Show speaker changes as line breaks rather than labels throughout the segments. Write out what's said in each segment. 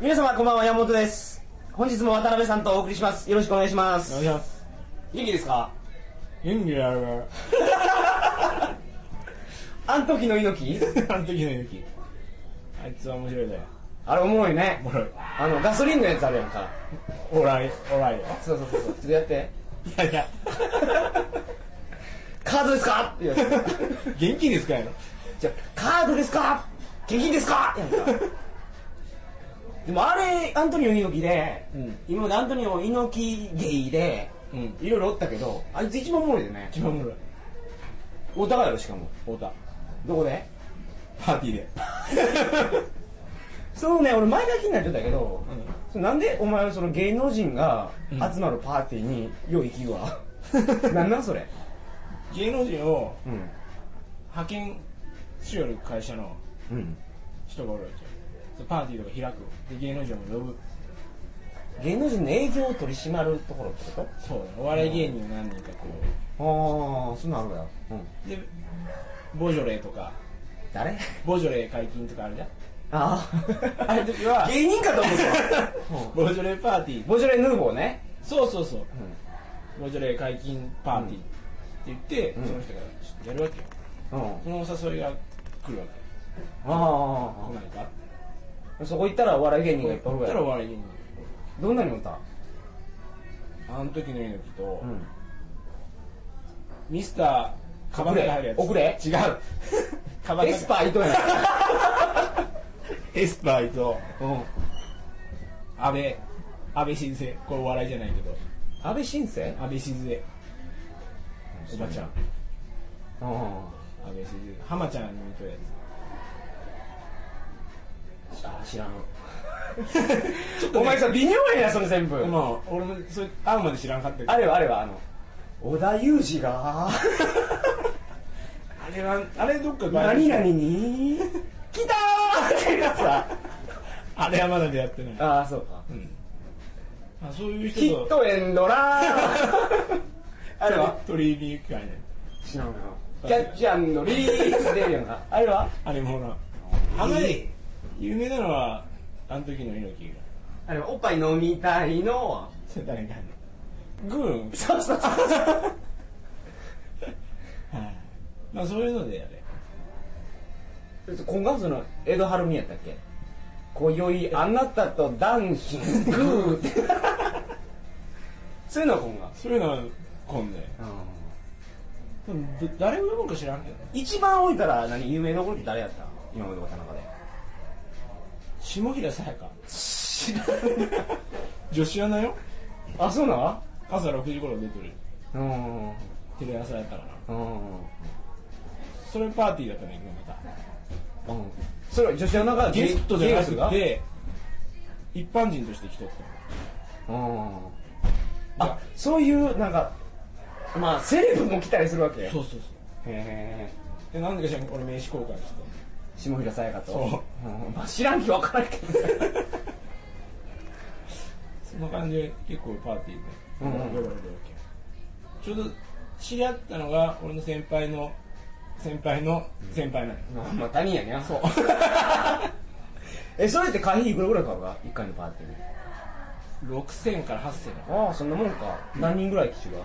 皆様こんばんは山本です本日も渡辺さんとお送りしますよろしくお願いしま
お願
す
いします
元気ですか
元気やる
あん時の猪木
あの時の勇気あいつは面白いだよ
あれおもろいね
おもろい
あのガソリンのやつあるやんか
オーライオーライよ
そうそうそうそうちょっとやって
いやいや
カードですかってやつ
元気ですかやろ
じゃあカードですか現金ですかやんかでもあれアントニオ猪木で、
うん
今までアントニオ猪木ゲイで
うん
いろいろおったけどあいつ一番おもろいよね
一番おもろい
お互いやろしかも
太田
どこで
パーティーで
そのね俺前が気になってたけど、
うん
そのなんでお前はその芸能人が集まるパーティーによう行きるわ、 なんなんそれ
芸能人を
うん
派遣しよる会社の
うん
人がおるわけよそうパーティーとか開くで芸能人も呼ぶ
芸能人の営業を取り締まるところってこ
そうだねお笑い芸人を何人かこと
ああそんなんあるやうん
うでボジョレーとか
誰
ボジョレー解禁とかあるじゃん
あ あ
あれ時は
芸人かと思った
ボジョレーパーティー
ボジョレ・ヌーボーね、
そうそうそうボジョレー解禁パーティーって言って、
うん
その人がやるわけよ
うん
そのお誘いが来るわけ来
あ
ないか
あそこ行ったらお笑い芸人がいっぱいお
行
る
った
や
ら
ろ
お笑い芸人
どんなにおった
あの時の猪木と、
うん
ミスターカバンが入るやつ
遅れ
違うカバン
エスパー伊藤や
エスパーと
うん
安倍安倍晋三これお笑いじゃないけど
安倍晋三
安倍晋三おばちゃん
うん
安倍晋三浜ちゃんに似とるや
あ知ら ん
つちょっと、
お
ね、
前さ微妙やなそれ全部
まあ俺もそれ会うまで知らんかったけど
あれはあれはあの織田裕二が
あれはあれどっかバ
何
イト
々に来たーっていうやつは
あれはまだ出会ってない
ああそうか
うんあそういう
ヒ
人
ッ
と
トエンドラー あれは
鳥居に行くからね
知らんよキャッチアンドリース出るやんかあれは
あれもほらあんまり有名なのはあの時の猪木が
あれはおっぱい飲みたいの
それ誰かねグーン
そうそうそうそう
はいまあそういうのでやれ
今回その江戸晴美やったっけ今宵あなたとダンシングーってそういうのは今回
そういうのは今度やでもど誰を呼ぶか知らんけどね
一番多いから何有名なこって誰やった今まで田中で
下平さやか知 らん女子アナよ
あそうな
朝6時頃出てる
うんうん
テレ朝やったから
うん
それパーティーだったね今また
それは女子アナが
ゲストじゃなく
ゲ
て一般人として来とった
ストがうんあそういうなんかまあセレブも来たりするわけへ
そうそうそう
え
でなんでか知らんけど俺名刺交換して
下平さやかと
そ
うんまあ、知らんけ分からんけどね
そんな感じで結構パーティーで
うん
呼ばれるわけ、ちょうど知り合ったのが俺の先輩の先輩の先輩なんよ
まあまあ他人やにゃそう えそれって会費いくらぐらい買うか一回のパーティーに
6000から8000だか
ああそんなもんか何人ぐらい機種が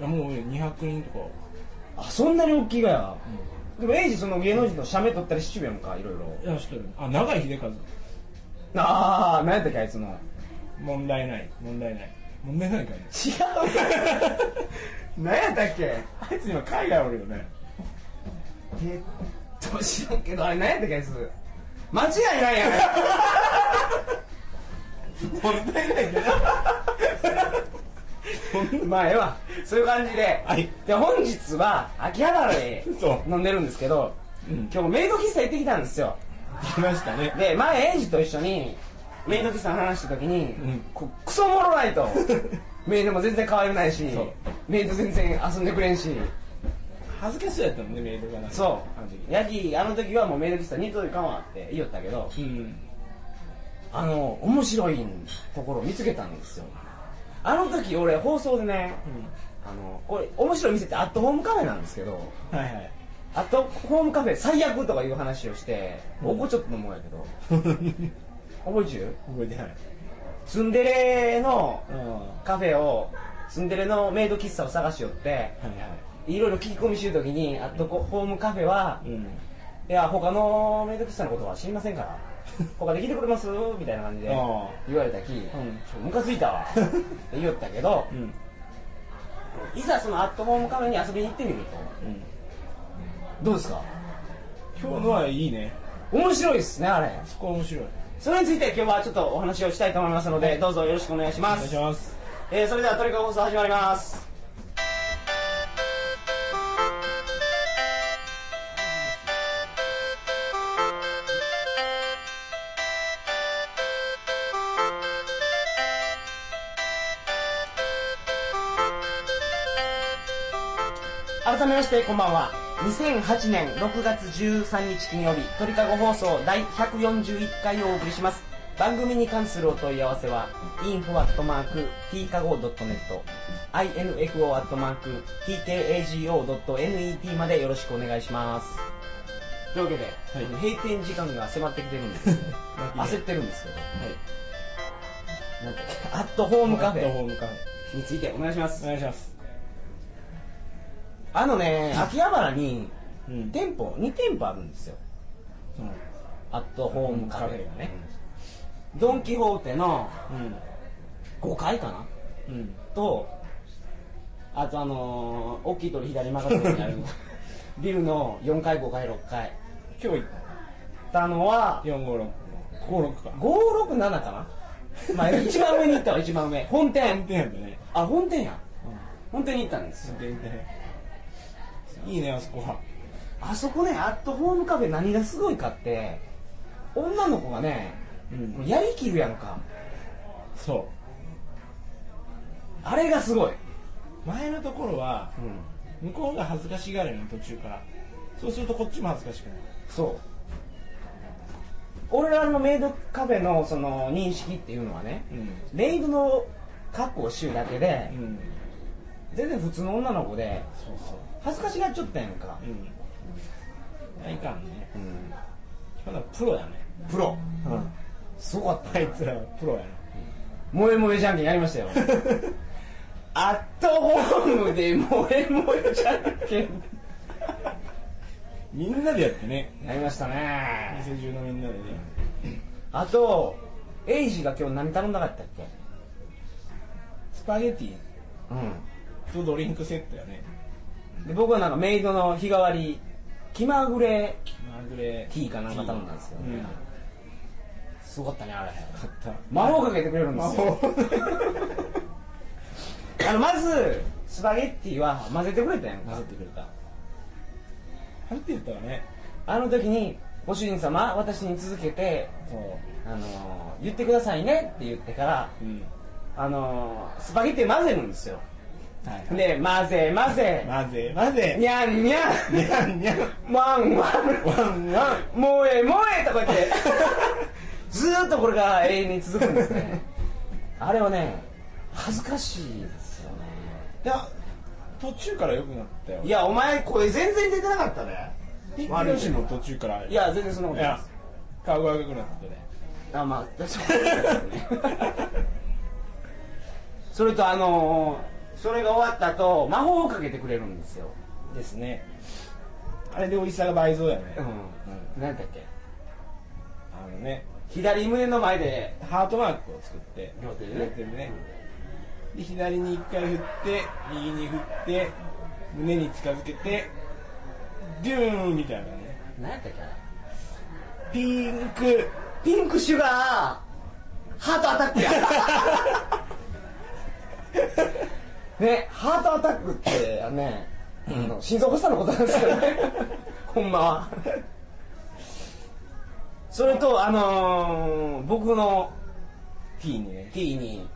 らもう俺200人とか
あそんなに大きいがや、でもエイジその芸能人の写メ撮ったりしちゅうやんかいろいろ
いや知ってるあ永井秀和
ああ何やったっけあいつの
問題ない問題ない問題ないかね
違う 何やったっけ
あいつ今海外おるよね
えっと知らんけどあれ何やったっけあいつ間違いないやん
問題ないけ ど
まあええわそういう感じで、
はい
で本日は秋葉原で
そう
飲んでるんですけど
うん
今日メイド喫茶行ってきたんですよ
来ましたね
で前エイジと一緒にメイド喫茶の話した時に、
うん
こうクソおもろ ないとメイドも全然可愛くないし
そう
メイド全然遊んでくれんし
恥ずかしそうやったもんねメールがなんか
そ
あの時
うヤギあの時はもうメイド喫茶ニートでかもあって言いよったけど
うん
あの面白いところを見つけたんですよあの時俺放送でねあの俺面白い店ってアットホームカフェなんですけど
はい はい
アッ トホームカフェ最悪とかいう話をしておこちょっと飲もうやけど覚えてる
覚えてない
ツンデレの
うんは
カフェをツンデレのメイド喫茶を探しよって
いはい
ろいろ聞き込みしてるときにあとこホームカフェはい
うん
いや他のメイド喫茶のことは知りませんから 他で聞いてくれますみたいな感じで
ああ
言われたき、ちょっとムカついた わって言おったけど
う、ん
いざそのアットホームカフェに遊びに行ってみると
うん
どうですか
今日のはいいね
面白いですねあれ
そこは面白い
それについて今日はちょっとお話をしたいと思いますので、どうぞよろしくお願いし
お
ま
願い
す
します
えーそれではトリカゴ放送始まります改めましてこんばんは2008年6月13日金曜日鳥かご放送第141回をお送りします番組に関するお問い合わせは info.tkago.net info.tkago.net までよろしくお願いしますというわけで、
はい
閉店時間が迫ってきてる んですけど焦ってるんですけど
はい
なんだっけアットホームカフ
アットホ
ェ
ームカフ
についてお願いしま
ェお
す
願いします
あのね秋葉原に
うん
店舗2店舗あるんですよ
うん
アットホームカフェがね、ドン・キホーテの5階かな
うんうん
とあとあのー大きい通り左曲がったとこにある ビルの4階5階6階
今日
行ったのは
4556か
567かな、まあ、一番上に行ったわ一番上本
運
店
転やったね
あ本店や
うん
本店に行ったんですよ
運転運転いいねあそこは
あそこねアットホームカフェ何がすごいかって女の子がね
う
も
ん
うやりきるやんか
そ
あれがすごい、
う前のところは
うん、
向こうが恥ずかしがるの途中からそうするとこっちも恥ずかしくなる
そう俺らのメイドカフェのその認識っていうのはね
う
メイドの格好をしゅうだけで
んうん
全然普通の女の子で
そうそ
恥ずかしがっちゃったやんか
う、うんいかんね
うん、
ただプロやね
プロ
うん
すごかった
あ
ね
いつらはプロやな
萌え萌えじゃんけんやりましたよアットホームで萌え萌えじゃんけん
みんなでやってね
やりましたね
店中のみんなでね
あとエイジが今日何頼んだかったっけ
スパゲティ
うん
とドリンクセットやね
で僕はなんかメイドの日替わり気まぐれ
マグレ
ティーかなんか頼んだんですけどね
うん
すごかったねあれ
買った
魔法をかけてくれるんで
魔
すよ
法
あのまずスパゲッティは混ぜてくれたやん
混
か
ぜてくれた入って言ったらね
あの時にご主人様私に続けて、
そ
あのー言ってくださいねって言ってから、
ううん
あのースパゲッティ混ぜるんですよ
はいはい
で混ぜ混ぜ
混ぜ混ぜ
にゃんにゃん
にゃんにゃん
ワンワン
ワンワン
もうええもうええとか言って ずーっとこれが永遠に続くんですね あれはね恥ずかしいですよね
いや途中から良くなったよ
いやお前声全然出てなかったね
ピックルシも途中から
いや全然そんなこと
い
ないで
や
す
顔が赤くなってね
あまあ確かに それとあのーそれが終わった後魔法をかけてくれるんですよ
ですねあれで美味しさが倍増やね
うん、
ん
何だっけ
あのね
左胸の前で
ハートマークを作って
両手でね
両手でねで左に1回振って右に振って胸に近づけてデューンみたいなね
何やったっけあれ
ピンク
ピンクシュガーハートアタッ クやねハートアタックってね、あの心臓発作のことなんですけど ねほんまはそれとあのー僕の
T にね
T に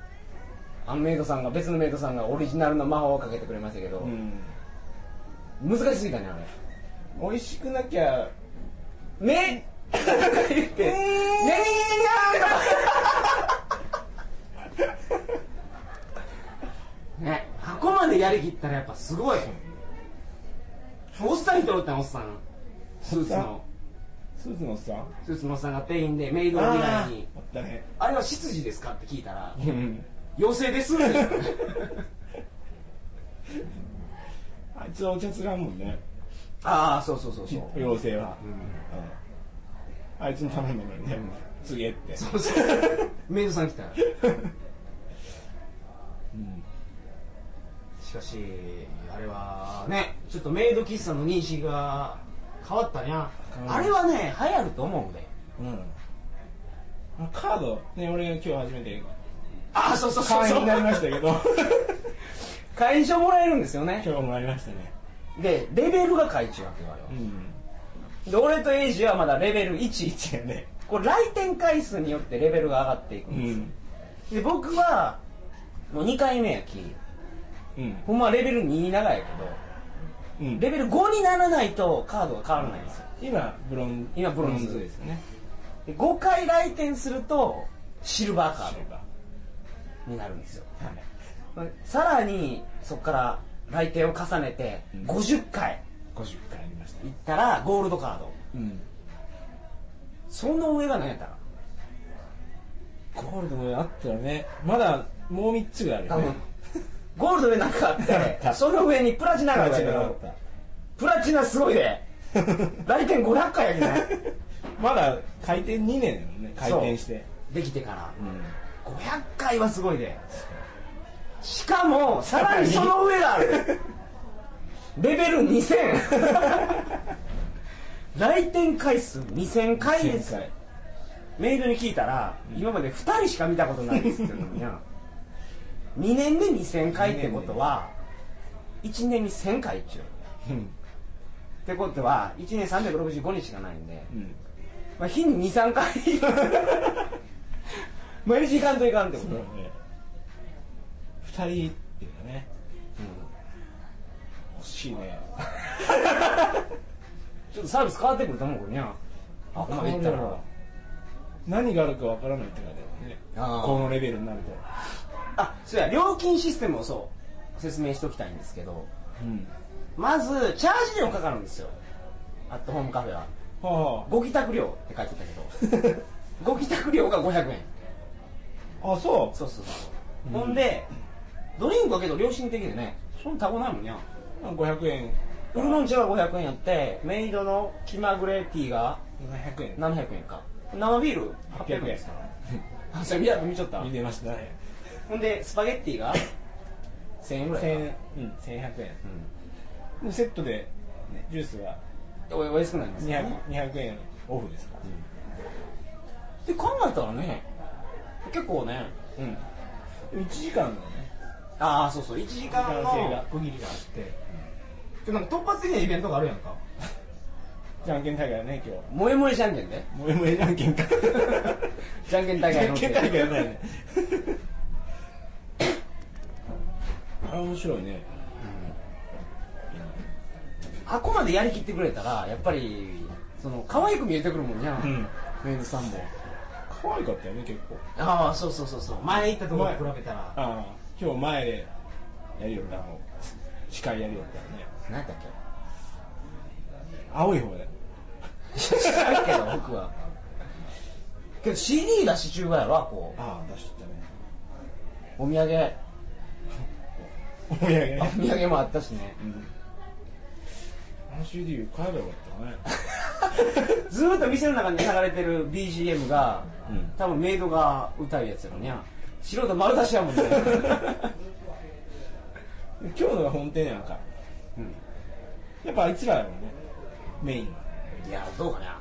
あのメイドさんが別のメイドさんがオリジナルの魔法をかけてくれましたけど、
うん
難しすぎたねあれ
美味しくなきゃ
ね 言って「ね ねねね箱までやりきったらやっぱすごいおっさんにとろったんおっさんスーツの
スーツのおっさん
スーツのおっさんが店員でメイドを未来に
あったね
あれは執事ですかって聞いたら
うん
妖精ですって
あいつはお茶つらんもんね
ああそうそうそうそう、うん、
妖精は、うんあいつのためにもね告げって
そうそうメイドさん来たらしかしあれはねちょっとメイド喫茶の認識が変わったにゃ、
うん
あれはね流行ると思うで
うんあカードね俺今日初めて
ああそうそうそう
会員
そ
になり
う
ましたけど
会員証もらえるんですよね
今日もらいましたね
でレベルが書いちゅうわけよあれは
うん
で俺とエイジはまだレベル1
違うね
これ来店回数によってレベルが上がっていく
うん
です、
ん
で僕はもう2回目やき
うん
ほんまレベル2に長いけ
う
ど
ん
レベル5にならないとカードが変わらないんですよ
今ブロン
今ブロンズ
ブですね
で5回来店するとシルバーカ
シ
ー
ルバ
ドになるんですよ
ーはい
さらにそこから来店を重ねて
うん
50回
50回ありました
行ったらゴールドカード
うん
その上が何やったら
ゴールドもあったらねまだもう3つぐらいある
多
よね
分ゴールドでなんかあっ
あ
て
った
その上にプラチナがあるわけだけどプラチナすごいで 来店500回やけどね
まだ開店2年だもんね開店して
できてから
うん
500回はすごいでしかもさらにその上があるレベル2000来店回数2000回です
前回
メイドに聞いたら、今まで2人しか見たことないですって言うのにな2年で2000回ってことは1年に1000回っちゅう
うん
ってことは1年365日しかないんで、
うん
まあ、日に23回毎日行かんといかんってこ
そ
と
うだね2人っていうかね欲しいね
ちょっとサービス変わってくると思うこれにゃあ
これ何があるかわからないって感じだもんね
あー
このレベルになると
あそうや料金システムをそう説明しておきたいんですけど
うん
まずチャージ料かかるんですよアットホームカフェは
は
ご帰宅料って書いてたけ どご帰宅料が500円
ああそ
そうそうそう、ほんでドリンクはけど良心的でねそんなタコないもんにゃ
う500円
ウーロン茶が500円やってメイドの気まぐれティーが
700円
700円か生ビール800
800
円
円
ですからあそれ見た見ちゃった
見てましたね
ほんでスパゲッティが1000円ぐらいか
1000うん1100円でセットでねジュースが
うんおお安くなりますよね
200, 200円オフですか
で考えたらね結構ね
らうん1時間のね
ああそうそう1時
時
間
間制が
の
区切りがあって
でなんか突発的なイベントがあるやんか
じゃんけん大会だね今
萌え萌えじゃんけんで
日もえもえじゃんけんか
じゃんけん大会の
じゃんけん大会やばいねあれ面白いね
あこまでやりきってくれたらやっぱりその可愛く見えてくるもんじゃん、
うん
メイドさんも
可愛かったよね結構
ああそうそうそうそう前行ったところと比べたら
ああ今日前でやりよったの司会やりよったよね
何やったっけ
青い方で
知らんけ ど僕はけど CD 出し中華やろこう
ああ出しとったね
お土産
お土産ね
お土産もあったしね
うんあの CD 買えばよかったね
ずーっと店の中に流れてる BGM が、
うん
多分メイドが歌うやつやろにゃ素人丸出しやもんね、
今日のが本店やんか
うん
やっぱあいつらやもんねメインはい
やどうかな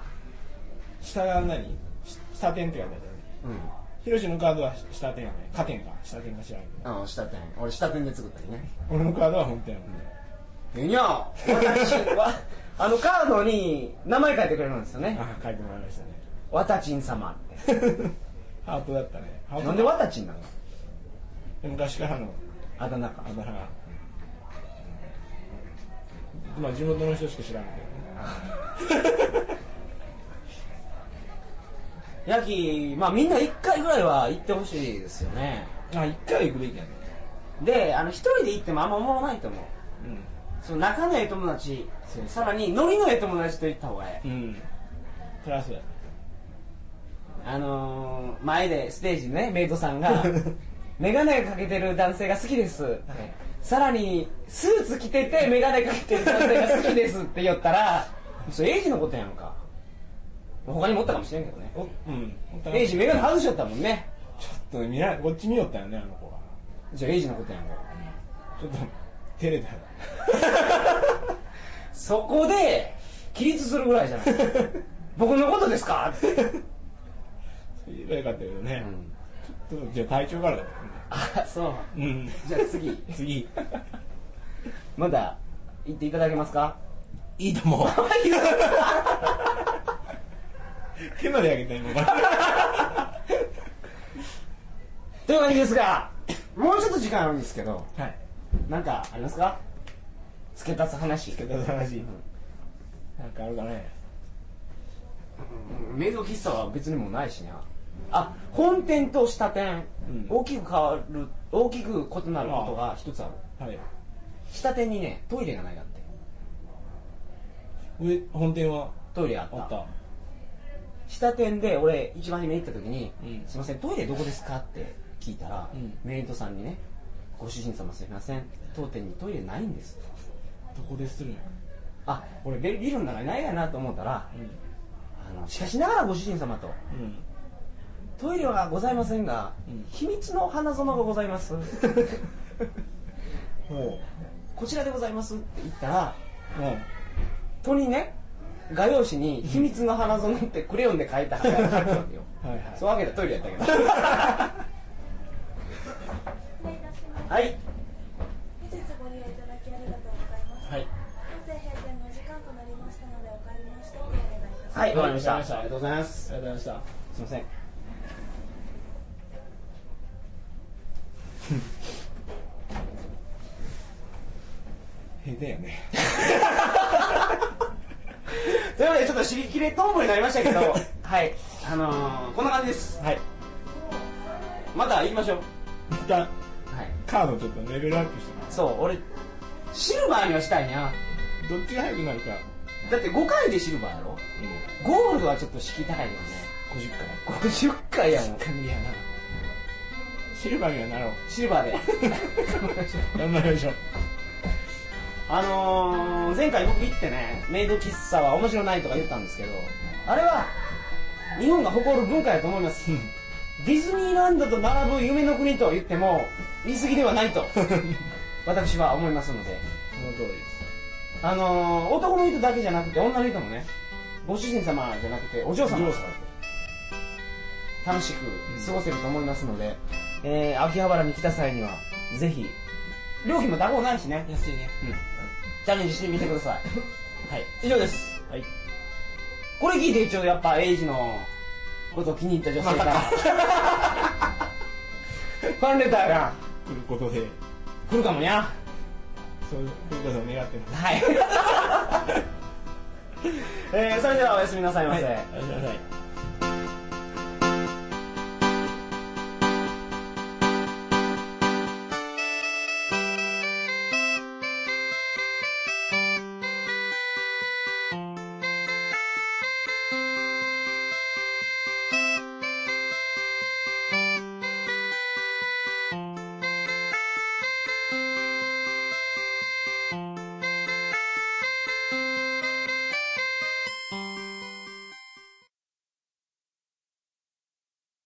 下が何し下店って書いてあるよねヒロシのカードは下店やね下店か下店か知らんけど
うん、うん、下店俺下店で作ったりね
俺のカードは本店やもんね
えにゃ私 はあのカードに名前書いてくれるんですよね
あ書いてもらいましたね
わたちん様って
ハートだったねハート
なんでわたちんなの
昔からの
あだ名か
あだ名がまあ地元の人しか知らんけどね
やきまあみんな1回ぐらいは行ってほしいですよね
あ一回行くべきやね
であの一人で行ってもあんまおもろないと思うその仲のええ友達
そう
さらにノリのええ友達と行った方がええ
うんうんプラスだ
あのー前でステージでねメイドさん が眼鏡かけてる男性が好きです、さらにスーツ着てて眼鏡かけてる男性が好きですって言ったらそれエイジのことやんか他にもおったかもしれんけどね
おうん本当は
エイ
ち
ジ
ょ
眼鏡外しちゃったもんね
っと見らこっち見よったよねあの子が
じゃあエイジのことやんか
ちょっと照れたよ
そこで起立するぐらいじゃない僕のことですかって、
それ言えばよかったけどね
う、ん
ちょっとじゃあ体調からだね
あそう
うん
じゃあ次
次
まだ行っていただけますか
いいと思う 手まであげた 今から
という感じですが もうちょっと時間あるんですけど
はい
なんかありますか付け足す話
ちょっと話なんかあるかね
メイド喫茶は別にもうないしなあ本店と下店、
うん
大きく変わる大きく異なることが一つある
はい
下店にねトイレがないだって
上本店は
トイレあった
あった
下店で俺一番初め行った時に「
うん
すいませんトイレどこですか?」って聞いたら、
うん
メイドさんにね「ご主人様すいません当店にトイレないんです」
どこでするんや
あ俺ビビルの中にないやなと思ったら
う
あのしかしながらご主人様と
んうん
トイレはございませんが、
うん
秘密の花園がございます
ほ
こちらでございますって言ったら
ううん
とにね画用紙に「秘密の花園」ってクレヨンで書いた花が書いてあるわけよ
はいはい
そうわけでトイレやったけど はい
本日ご利用いただきありがとうございます。
はい
本店閉店のお時間となりましたので、お帰りの支度をお願いいたします。
はいわかりましたあ
わか
り
りました
がとうございます
ありがとうございました
すいません
閉店やね
というわけでちょっと尻切れトンボになりましたけ どはいあのー、こんな感じです
はい
また行きましょう
一旦
はい
カードちょっとレベルアップして
そう俺シルバーにはしたいな
どっちが早くなるか
だって5回でシルバーやろゴールドはちょっと敷居高いけどね
50回
50回やもん
無理やなシルバーにはなろう
シルバーで
頑張りましょう
あのー、前回僕行ってねメイド喫茶は面白ないとか言ったんですけどあれは日本が誇る文化やと思いますディズニーランドと並ぶ夢の国と言っても言い過ぎではない と私は思いますので
その通りです
あのー、男の人だけじゃなくて女の人もねご主人様じゃなくてお嬢様
お嬢様
楽しく過ごせると思いますので、えー秋葉原に来た際にはぜひ料金も高うないしね、
安いね
うん、チャレンジしてみてくだ さい
はい
以上です
はい
これ聞いて一応やっぱエイジのこと気に入った女性から ファンレターが
ということで
来るかもにゃ
そういうことを願ってま す
はい、えーそれではおやすみなさいませ、
はいおやすみなさい